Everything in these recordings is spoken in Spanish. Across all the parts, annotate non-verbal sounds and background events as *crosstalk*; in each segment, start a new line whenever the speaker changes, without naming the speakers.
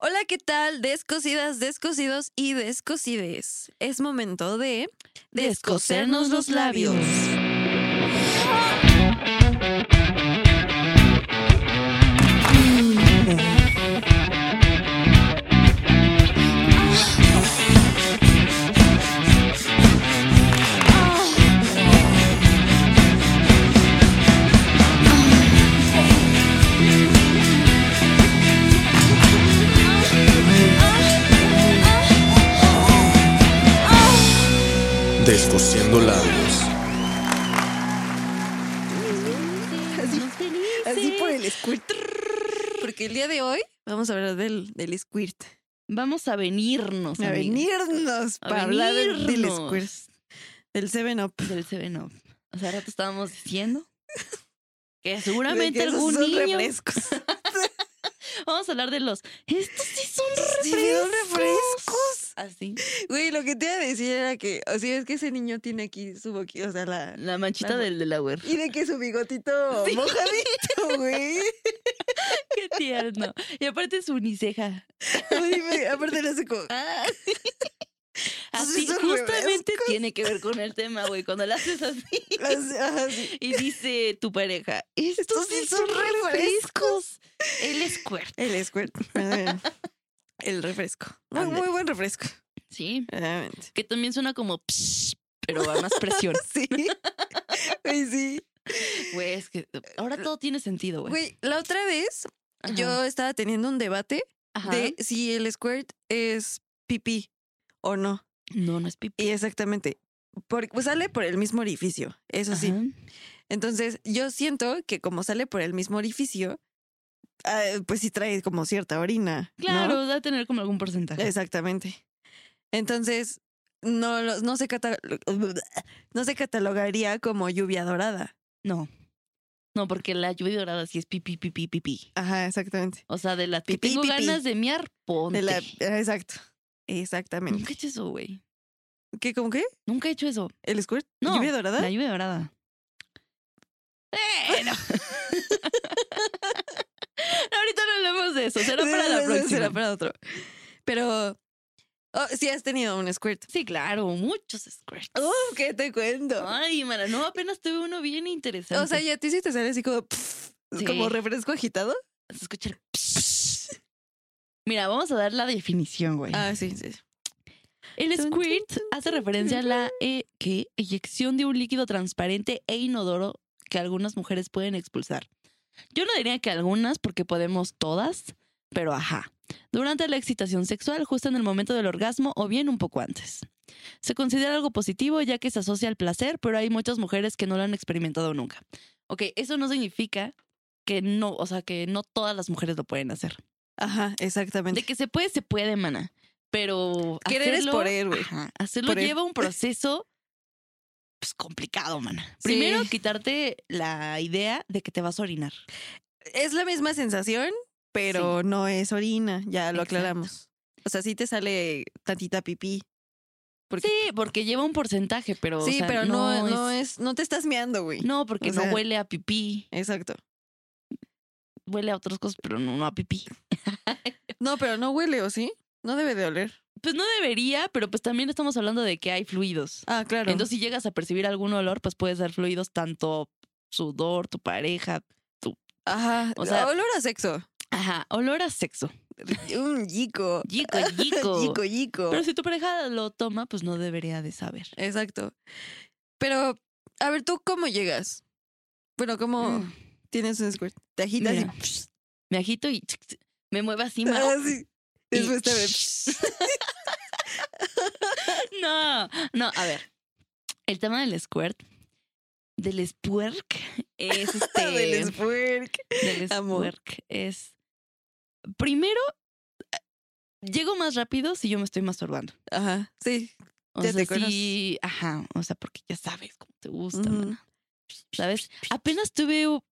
Hola, ¿qué tal? Descosidas, descosidos y descosides. Es momento de descosernos los labios.
Descosiendo labios.
Así, así por el squirt.
Porque el día de hoy vamos a hablar del, del squirt.
Vamos a venirnos.
A
amiga,
venirnos
A
para hablar del, del
venirnos.
squirt. Del 7-Up.
Del 7 Up. O sea, rato estábamos diciendo que
*laughs*
seguramente
De que esos
algún
son
niño.
refrescos. *laughs*
Vamos a hablar de los. Estos sí son
Sí, son
refrescos.
refrescos.
Así.
Güey, lo que te iba a decir era que, o sea, es que ese niño tiene aquí su boquita, o sea, la...
La manchita
Las- *laughs*
del Delaware.
Y de que su bigotito
Sí.
mojadito, güey.
Qué tierno. Y aparte su uniceja.
*laughs* Ay, güey, Aparte le hace como...
*laughs* Así
Ah. son
justamente
refrescos.
tiene que ver con el tema, güey. Cuando la haces así
las- ajá, sí.
y dice tu pareja, estos,
Estos sí
sí
son
son refrescos. El squirt.
El squirt. perdón. El refresco. Muy,
Ándale.
muy buen refresco.
Sí.
Realmente.
Que también suena como psh, pero a más *laughs* presión.
Sí. *laughs* Güey, sí.
Güey, es que ahora todo tiene sentido, güey.
Güey, la otra vez
Ajá,
yo estaba teniendo un debate
ajá.
de si el squirt es pipí o no.
No, no es pipí.
Y exactamente. Por, pues sale por el mismo orificio, eso sí.
Ajá.
Entonces, yo siento que como sale por el mismo orificio, ah, pues sí trae como cierta orina. ¿no?
Claro, debe tener como algún porcentaje.
Exactamente. Entonces, no, lo- no, se cata- no se catalogaría como lluvia dorada.
No. No, porque la lluvia dorada sí es pipí, pipí, pipí.
Ajá, exactamente.
O sea, de las que
Pipí,
tengo
pipí.
ganas de miar, ponte.
De la- ah, exacto. Exactamente.
Nunca he hecho eso, güey.
¿Qué, cómo qué?
Nunca he hecho eso.
¿El squirt?
No,
¿Lluvia dorada? *laughs*
La lluvia dorada. *laughs* Bueno. Ahorita no hablemos de eso. Será *laughs* para la
Sí, sí, sí,
próxima.
será para otro. Pero oh, sí has tenido un squirt.
Sí, claro, muchos squirts.
Uf, Oh, ¿qué te cuento?
Ay, Mara, no, apenas tuve uno bien interesante.
o sea, ya te hiciste sale así como... pff,
Sí.
Como refresco agitado.
Vas a escuchar. Mira, vamos a dar la definición, güey.
Ah, sí, sí.
El
Tun,
squirt
tun, tun,
hace
tun,
referencia a
tun,
la eh, ¿qué? eyección de un líquido transparente e inodoro que algunas mujeres pueden expulsar. Yo no diría que algunas, porque podemos todas, pero ajá. Durante la excitación sexual, justo en el momento del orgasmo o bien un poco antes. Se considera algo positivo ya que se asocia al placer, pero hay muchas mujeres que no lo han experimentado nunca. Ok, eso no significa que no, o sea, que no todas las mujeres lo pueden hacer.
Ajá, exactamente.
De que se puede, se puede, mana. Pero
Querer es
hacerlo-
poder, güey.
Ajá, e Hacerlo
Poder.
*laughs* lleva un proceso pues, complicado, mana.
Sí.
Primero, quitarte la idea de que te vas a orinar.
Es la misma sensación, pero no es orina, ya lo
Exacto.
aclaramos. O sea, sí te sale tantita pipí. Porque-
Sí, porque lleva un porcentaje, pero. o
sí,
sea,
pero no, no, es... no te estás meando, güey.
No, porque
o sea-
no huele a pipí.
Exacto.
Huele a otras cosas, pero no, no a pipí.
No, pero no huele, ¿o sí? No debe de oler.
Pues no debería, pero pues también estamos hablando de que hay fluidos.
Ah, claro.
Entonces, si llegas a percibir algún olor, pues puedes dar fluidos tanto sudor, tu pareja.
Ajá.
o sea-
olor a sexo. *laughs*
Ajá, olor a sexo.
Un yico.
Yico, *laughs* yico.
Yico, yico.
Pero si tu pareja lo toma, pues no debería de saber.
Exacto. Pero, a ver, ¿tú cómo llegas? Bueno, ¿cómo
Mm.
tienes un squirt? Te agitas *laughs*
Mira.
y... psh,
me agito y tsk, tsk, me muevo así más.
Ah, sí.
y
Después *laughs* te ve...
*laughs* no, no, a ver. El tema del squirt, del spwerk, es este.
*laughs* Del squirt.
del
amo.
squirt es. Primero, eh, llego más rápido si yo me estoy masturbando.
Ajá, sí.
O
Ya
sea,
te conoces.
sí, ajá, o sea, porque ya sabes cómo te gusta,
Ujú.
mana. ¿Sabes? Apenas tuve u-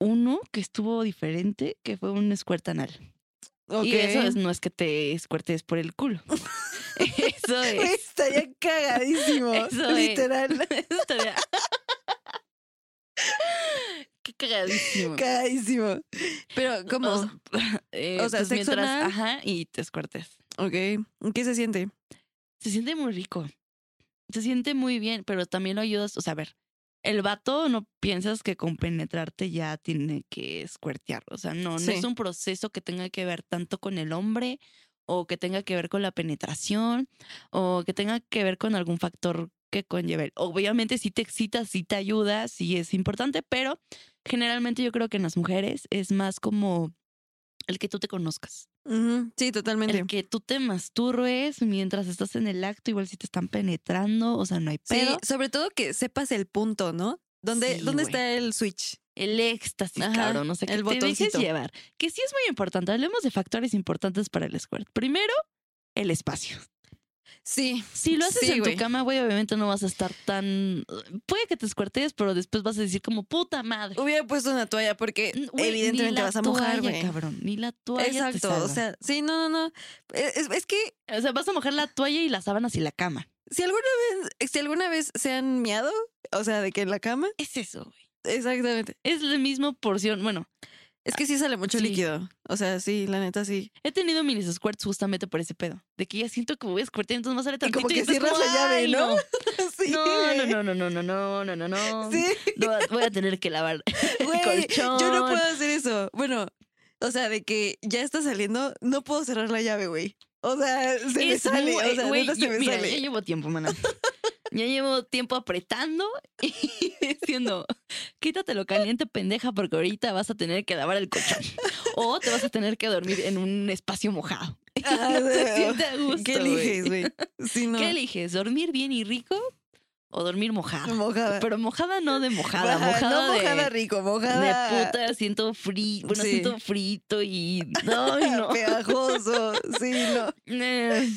uno que estuvo diferente, que fue un squirt anal.
Ok.
Y
*laughs*
eso es- no es que te squirtes por el culo. eso
Güey,
*laughs* es.
Estaría cagadísimo.
*laughs* Eso es.
literal.
Eso estaría- Qué cagadísimo.
Cagadísimo. Pero, ¿cómo?
O sea, eh,
O sea,
pues,
sexo
mientras,
anal.
ajá, y te escuertes.
Oh, Ok. ¿Qué se siente?
Se siente muy rico. Se siente muy bien, pero también lo ayudas. O sea, a ver, el vato no piensas que con penetrarte ya tiene que escuertear. O sea, no,
Sí.
no es un proceso que tenga que ver tanto con el hombre o que tenga que ver con la penetración o que tenga que ver con algún factor que conlleve. el- Obviamente si te excita, si te ayuda, si es importante, pero generalmente yo creo que en las mujeres es más como el que tú te conozcas.
Ujú, Sí, totalmente.
El que tú te masturbes mientras estás en el acto, igual si te están penetrando, o sea, no hay
Sí,
pedo.
sobre todo que sepas el punto, ¿no? ¿Dónde,
Sí,
¿dónde
güey.
está el switch?
El éxtasis,
Ajá,
cabrón, no sé qué
el
te dejes
botoncito.
llevar. Que sí es muy importante, hablemos de factores importantes para el squirt. Primero, el espacio.
Sí.
Si lo haces
Sí,
en
güey.
tu cama, güey, obviamente no vas a estar tan... Puede que te escuertes, pero después vas a decir como, puta madre.
Hubiera puesto una toalla porque
N- güey, ni
evidentemente
la
vas a mojar,
toalla,
güey.
cabrón, ni la toalla te
Exacto.
salva.
O sea, sí, no, no, no. E, Es, es- es que
o sea, vas a mojar la toalla y las sábanas y la cama.
si alguna vez, si alguna vez se han miado, o sea, de que en la cama,
Es eso, güey.
exactamente.
Es la misma porción, bueno,
Es que sí sale mucho
Sí.
líquido. O sea, sí, la neta sí.
He tenido minis squirts justamente por ese pedo. De que ya siento que voy a squirtear, entonces más sale
Y
tantito.
como que
estás
cierras la llave,
"Ay,
¿no?" *laughs* sí. güey.
No, no, no, no, no, no, no, no, no. *laughs*
Sí,
No, Voy a tener que lavar el
güey.
colchón.
Yo no puedo hacer eso. Bueno, o sea, de que ya está saliendo, no puedo cerrar la llave, güey. O sea, se me
Es
sale.
muy-
o sea,
güey,
neta se
yo-
me
mira,
sale.
ya llevo tiempo, mana. Ya llevo tiempo apretando y *laughs* diciendo, quítatelo caliente, pendeja, porque ahorita vas a tener que lavar el colchón. O te vas a tener que dormir en un espacio mojado.
*laughs* *laughs*
*laughs*
Ah,
No te
no.
sientes a gusto,
¿Qué
güey.
eliges, güey? Sí, no. *laughs*
¿Qué eliges? ¿Dormir bien y rico o dormir mojado?
Mojada.
Pero mojada no de mojada,
Ajá,
mojada,
no mojada
de,
rico,
de
mojada.
puta, siento frío, bueno,
Sí.
siento frito y no,
*laughs*
no. *laughs*
Pegajoso. Sí, no.
Eh,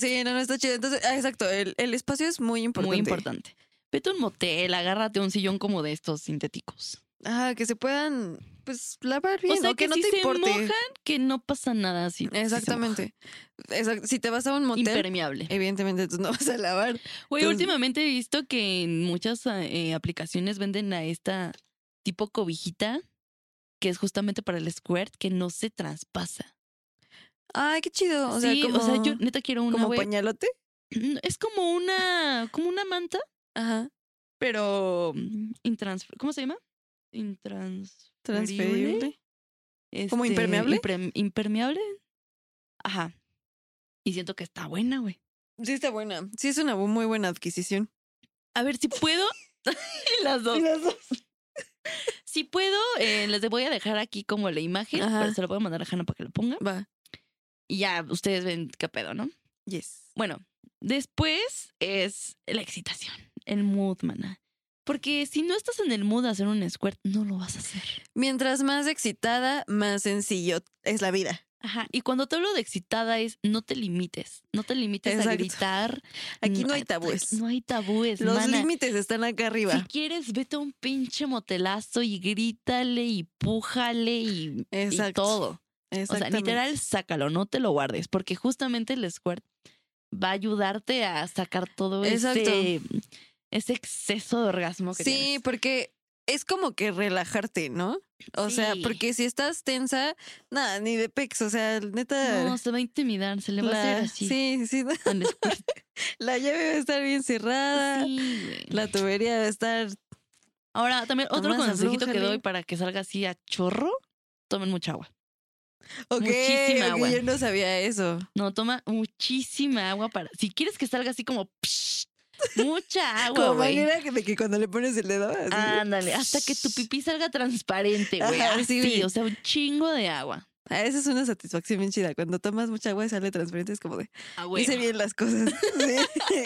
Sí, no, no está chido. Entonces, ah, exacto, el, el espacio es muy importante.
Muy importante. Vete a un motel, agárrate un sillón como de estos sintéticos.
Ah, que se puedan, pues, lavar bien.
o sea,
o que, no
si
te
se
importe.
mojan, que no pasa nada así.
Exactamente. Exact- Si te vas a un motel,
Impermeable.
evidentemente tú no *laughs* vas a lavar.
Güey,
Entonces-
últimamente he visto que en muchas eh, aplicaciones venden a esta tipo cobijita que es justamente para el squirt que no se traspasa.
Ay, qué chido. O sea,
sí,
como,
o sea, yo neta quiero una,
como
güey.
pañalote.
Mm, Es como una, como una manta,
Ajá.
pero mm, intrans, ¿cómo se llama? Intrans,
Transferible. ¿Como impermeable?
Este, impermeable. Ajá. Y siento que está buena, güey.
Sí, está buena. Sí, es una bu- muy buena adquisición.
A ver si puedo. *laughs* Las dos.
Las dos.
Si puedo, eh, les voy a dejar aquí como la imagen,
Ajá.
pero se la voy a mandar a Hanna para que lo ponga.
Va.
Y ya ustedes ven qué pedo, ¿no?
Yes.
Bueno, después es la excitación, el mood, mana. Porque si no estás en el mood de hacer un squirt, no lo vas a hacer.
Mientras más excitada, más sencillo es la vida.
Ajá. Y cuando te hablo de excitada es no te limites, no te limites a
Exacto.
gritar. Mm,
Aquí no hay tabúes.
No hay tabúes,
Los
mana.
límites están acá arriba.
Si quieres, vete a un pinche motelazo y grítale y pújale y, y
Exacto.
todo. O sea,
Exactamente.
literal, sácalo, no te lo guardes, porque justamente el squirt va a ayudarte a sacar todo
Exacto.
ese, ese exceso de orgasmo que
Sí,
tienes.
porque es como que relajarte, ¿no? O sea,
Sí.
porque si estás tensa, nada, ni de pex, o sea, neta.
No, se va a intimidar, se le va a
la-
hacer así.
Sí, sí, *laughs*
al squirt.
la llave va a estar bien cerrada,
Sí, güey.
la tubería va a estar...
Ahora, también otro
Nomás
consejito que
aflújale.
doy para que salga así a chorro, tomen mucha agua.
Ok,
Muchísima
ok,
agua.
yo no sabía eso.
No, toma muchísima agua para... Si quieres que salga así como... psh,
*laughs*
mucha agua,
Como
güey.
manera de que cuando le pones el dedo así.
Ándale, hasta que tu pipí salga transparente, güey.
Ajá, sí,
Así,
güey.
o sea, un chingo de agua.
Ah, Esa es una satisfacción bien chida. Cuando tomas mucha agua y sale transparente, es como de,
Ah, güey.
hice bien las *laughs* cosas. Sí.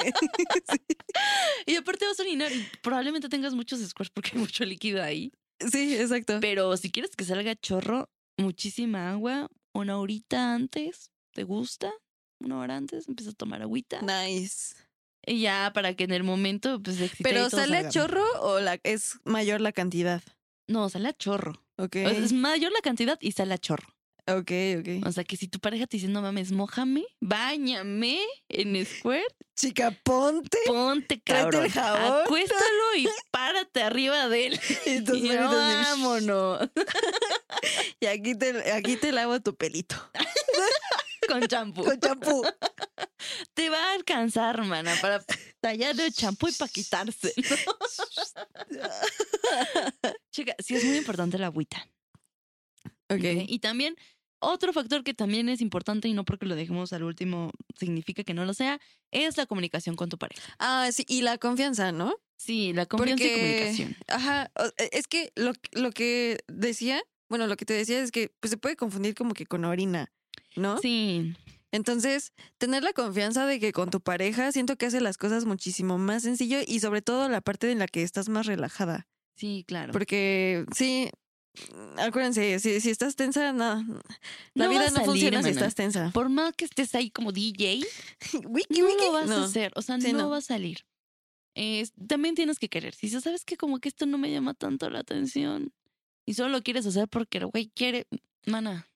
Y aparte vas a orinar y probablemente tengas muchos squirts porque hay mucho líquido ahí.
Sí, *laughs* exacto.
Pero si quieres que salga chorro, muchísima agua, una horita antes, ¿te gusta? Una hora antes, empieza a tomar agüita.
Nice.
Y ya para que en el momento, pues, se excite y
¿Pero
todo
sale a
salga.
chorro o la, es mayor la cantidad?
No, sale a chorro.
Ok,
O sea, Es mayor la cantidad y sale a chorro.
ok, ok.
O sea, que si tu pareja te dice, no mames, mojame, báñame
*laughs*
en squirt,
Chica, *laughs* ponte.
Ponte,
Tráete
cabrón.
el jabón.
Acuéstalo y párate arriba de él.
Y tus
Y
manitas así,
vámonos.
Y aquí te, aquí te lavo tu pelito
con champú.
con champú.
Te va a alcanzar, hermana, para tallar el champú y para quitarse. *laughs* Chica, sí es muy importante la agüita. ¿ok?
Ok.
Y también otro factor que también es importante y no porque lo dejemos al último significa que no lo sea, es la comunicación con tu pareja.
Ah, sí, y la confianza, ¿no?
Sí, la confianza y
Porque-
comunicación.
Ajá, o- e- es que lo, lo que decía, bueno, lo que te decía es que pues, se puede confundir como que con orina, ¿no?
Sí,
Entonces, tener la confianza de que con tu pareja siento que hace las cosas muchísimo más sencillo y sobre todo la parte en la que estás más relajada.
sí, claro.
Porque sí, mm, acuérdense, si, si estás tensa, nada. La
No va
vida
a
no
salir,
funciona si
mana.
estás tensa.
Por más que estés ahí como DJ,
*laughs* Wiki,
Pues, no
wiki.
lo vas
No.
a hacer. O sea,
Sí,
no,
no.
va a salir. Es- también tienes que querer. Si dices, sabes que como que esto no me llama tanto la atención y solo lo quieres hacer porque el güey quiere, mana,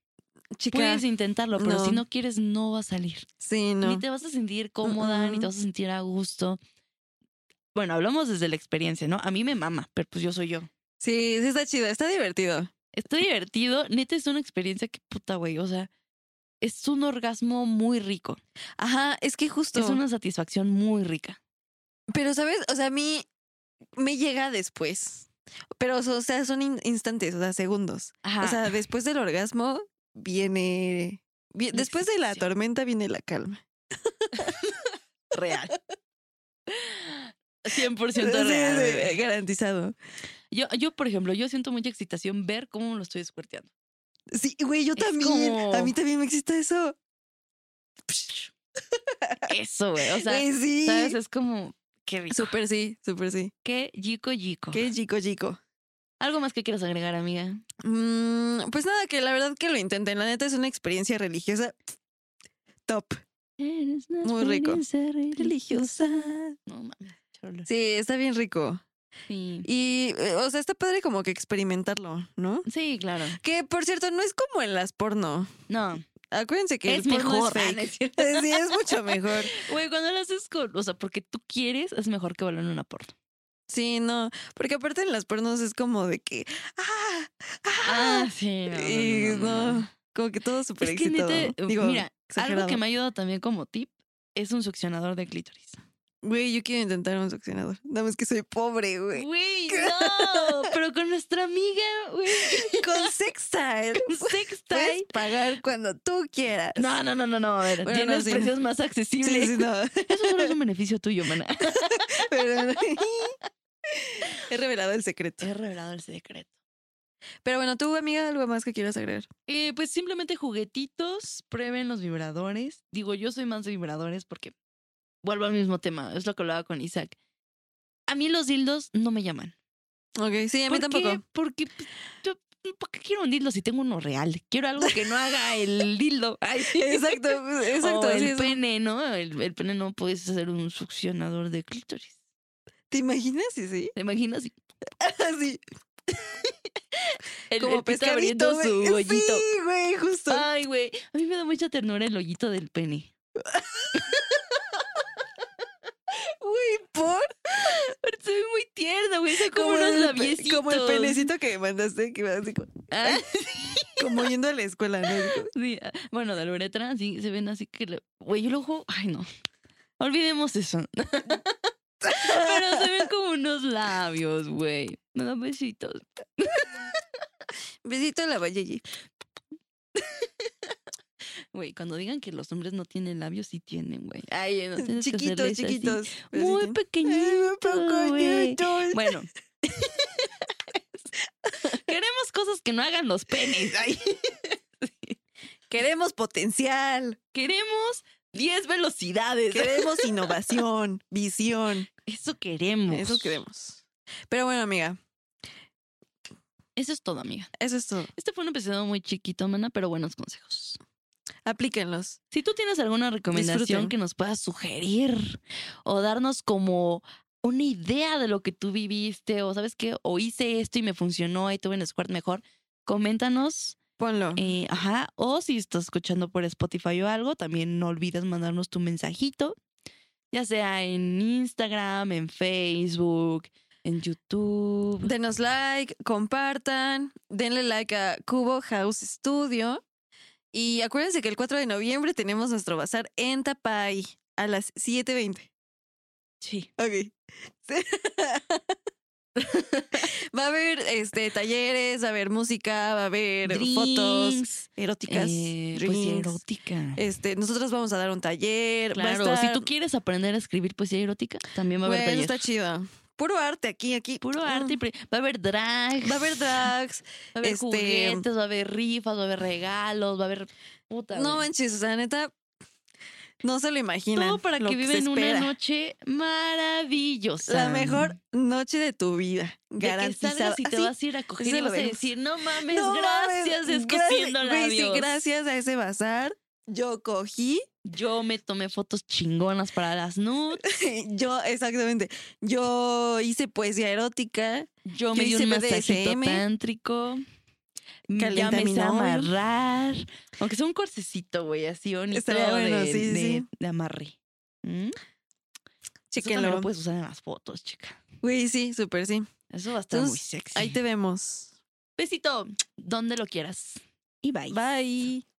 Chica,
puedes intentarlo, pero
no.
si no quieres, no va a salir.
sí, no.
Ni te vas a sentir cómoda, ni te
Mm-mm.
vas a sentir a gusto. Bueno, hablamos desde la experiencia, ¿no? A mí me mama, pero pues yo soy yo.
Sí, sí está chido, está divertido. *laughs*
Está divertido, neta es una experiencia que puta, güey, o sea, es un orgasmo muy rico,
Ajá, es que justo.
es una satisfacción muy rica.
Pero, ¿sabes? O sea, a mí me llega después. Pero, o sea, son in- instantes, o sea, segundos.
Ajá.
O sea, después del orgasmo viene... vi-
La
después de la
excitación.
tormenta viene la calma.
real.
*laughs*
100%
Sí, sí,
real.
sí,
bebé.
garantizado.
Yo, yo, por ejemplo, yo siento mucha excitación ver cómo lo estoy squirteando.
Sí, güey, yo
Es
también.
como-
A mí también me excita eso.
Eso, güey. O sea,
Güey, Eh, sí.
¿sabes? Es como, qué rico.
Súper sí, súper sí.
Qué chico, chico.
Qué chico, chico.
¿Algo más que quieras agregar, amiga?
Mm, pues nada, que la verdad que lo intenten. La neta es una experiencia religiosa top.
Muy
rico.
Religiosa. No mames, cholo.
Sí, está bien rico.
Sí.
Y, eh, o sea, está padre como que experimentarlo, ¿no?
Sí, claro.
Que, por cierto, no es como en las porno.
No.
Acuérdense que
Es
el porno
mejor.
es fake.
Ah, *laughs* no es cierto.
sí, es mucho mejor.
Güey, cuando lo haces con. O sea, porque tú quieres, es mejor que volar en una porno.
Sí, no. Porque aparte en las pornos es como de que. ¡Ah! ¡Ah!
sí.
y no, Como que todo súper
Es que
excitado.
neta, eh, uh,
Digo,
mira, algo
exagerado.
que me ayuda también como tip es un succionador de clítoris.
Güey, yo quiero intentar un succionador. Nada más que soy pobre,
*laughs*
güey. *laughs*
Güey, no. Pero con nuestra amiga, güey,
Con sextile. Puedes
sextile.
pagar cuando tú quieras.
No, no, no, no, no. A ver,
Bueno,
tienes
no, sí.
precios más
Sí,
accesibles.
sí, no.
Eso solo es un beneficio
*laughs*
tuyo, mana. *laughs*
Pero- *laughs* He revelado el secreto.
He revelado el secreto.
Pero bueno, tú, amiga, algo más que quieras agregar.
Eh, pues simplemente juguetitos, prueben los vibradores. Digo, yo soy más de vibradores porque vuelvo al mismo tema, es lo que hablaba con Isaac. A mí los dildos no me llaman.
Ok, sí, a mí
¿Por qué?
tampoco.
Porque pues, yo, ¿por qué quiero un dildo si tengo uno real? Quiero algo que no
*laughs*
haga el dildo. Ay, *laughs* sí.
Exacto, *laughs* exacto.
O
sí,
el
es-
pene, ¿no? El, el pene no puedes hacer un succionador de clítoris.
¿Te imaginas? Sí, *laughs* sí.
¿Te imaginas?
Así.
El,
como
el pito
pescadito,
abriendo
güey.
su hoyito.
Sí, güey, justo.
Ay, güey. A mí me da mucha ternura el hoyito del pene.
Güey, por.
Pero se ve muy tierno, güey. Se
*laughs*
como,
Como,
unos
el, pe-
labiecitos.
como el penecito que me mandaste, que iba así como,
Ah,
como yendo a la escuela, ¿no? Así como-
sí. ah, Bueno, de la uretra, sí, se ven así que... le- Güey, el ojo... Ay, no. Olvidemos eso. *laughs* Pero se ven como unos labios, güey. Me dan besitos.
Besito a la Valleji.
Güey, cuando digan que los hombres no tienen labios, sí tienen, güey. Ay, no. tienes que
Mm, Chiquitos,
hacerles así.
chiquitos. Pero sí
Muy
tienen- *laughs*
pequeñitos, güey.
pequeñitos.
Bueno. Queremos cosas que no hagan los penes. Ay.
Queremos potencial.
Queremos 10
*laughs*
velocidades.
Queremos innovación, visión.
Eso queremos.
Eso queremos. Pero bueno, amiga,
Eso es todo, amiga.
eso es todo.
Este fue un episodio muy chiquito, mana, pero buenos consejos.
Aplíquenlos.
Si tú tienes alguna recomendación
Disfruten.
que nos puedas sugerir o darnos como una idea de lo que tú viviste o sabes qué, o hice esto y me funcionó y tuve un squirt mejor, coméntanos.
Ponlo.
eh, ajá, o si estás escuchando por Spotify o algo, también no olvides mandarnos tu mensajito, ya sea en Instagram, en Facebook, en YouTube.
Denos like, compartan, denle like a Cubo House Studio. Y acuérdense que el 4 de noviembre tenemos nuestro bazar en Tapay a las 7.20.
Sí.
Ok. *laughs* va a haber este, talleres, va a haber música, va a haber fotos
Drinks,
eróticas.
eh, poesía
drinks.
erótica.
este, nosotros vamos a dar un taller. va a
claro, si
estar-
tú quieres aprender a escribir poesía erótica, también Pues, va a haber
Bueno, está
taller.
chido. Puro arte aquí, aquí.
Puro
Mm.
arte, y pre- va a haber drag,
Va a haber drags.
*laughs* va a haber
este-
juguetes, va a haber rifas, va a haber regalos, va a haber puta.
No
güey.
manches, o sea, neta, no se lo imaginan.
todo para
lo
que
se
viven una
espera.
noche maravillosa.
La mejor noche de tu vida.
De que
Garantizada.
salgas y te
Así,
vas a ir a coger
así
y
lo
vas a
vemos.
decir, no mames,
no mames,
gracias, escupiendo
gracias- güey, sí,
labios.
gracias a ese bazar, yo cogí, *laughs*
Yo me tomé fotos chingonas para las nudes,
yo, exactamente, yo hice poesía erótica, Yo
yo me di
hice
un masajito
BDSM.
tántrico, ya me sé
Calentaminovio.
amarrar. Aunque sea un corsecito, güey, así bonito
Estaría bueno,
de,
sí, sí,
de-
sí.
de amarre. ¿Mm? Eso también
chéquenlo.
lo puedes usar en las fotos, chica.
Güey, sí, súper sí.
Eso va a estar muy
Entonces,
sexy.
Ahí te vemos.
Besito, donde lo quieras. Y bye.
Bye.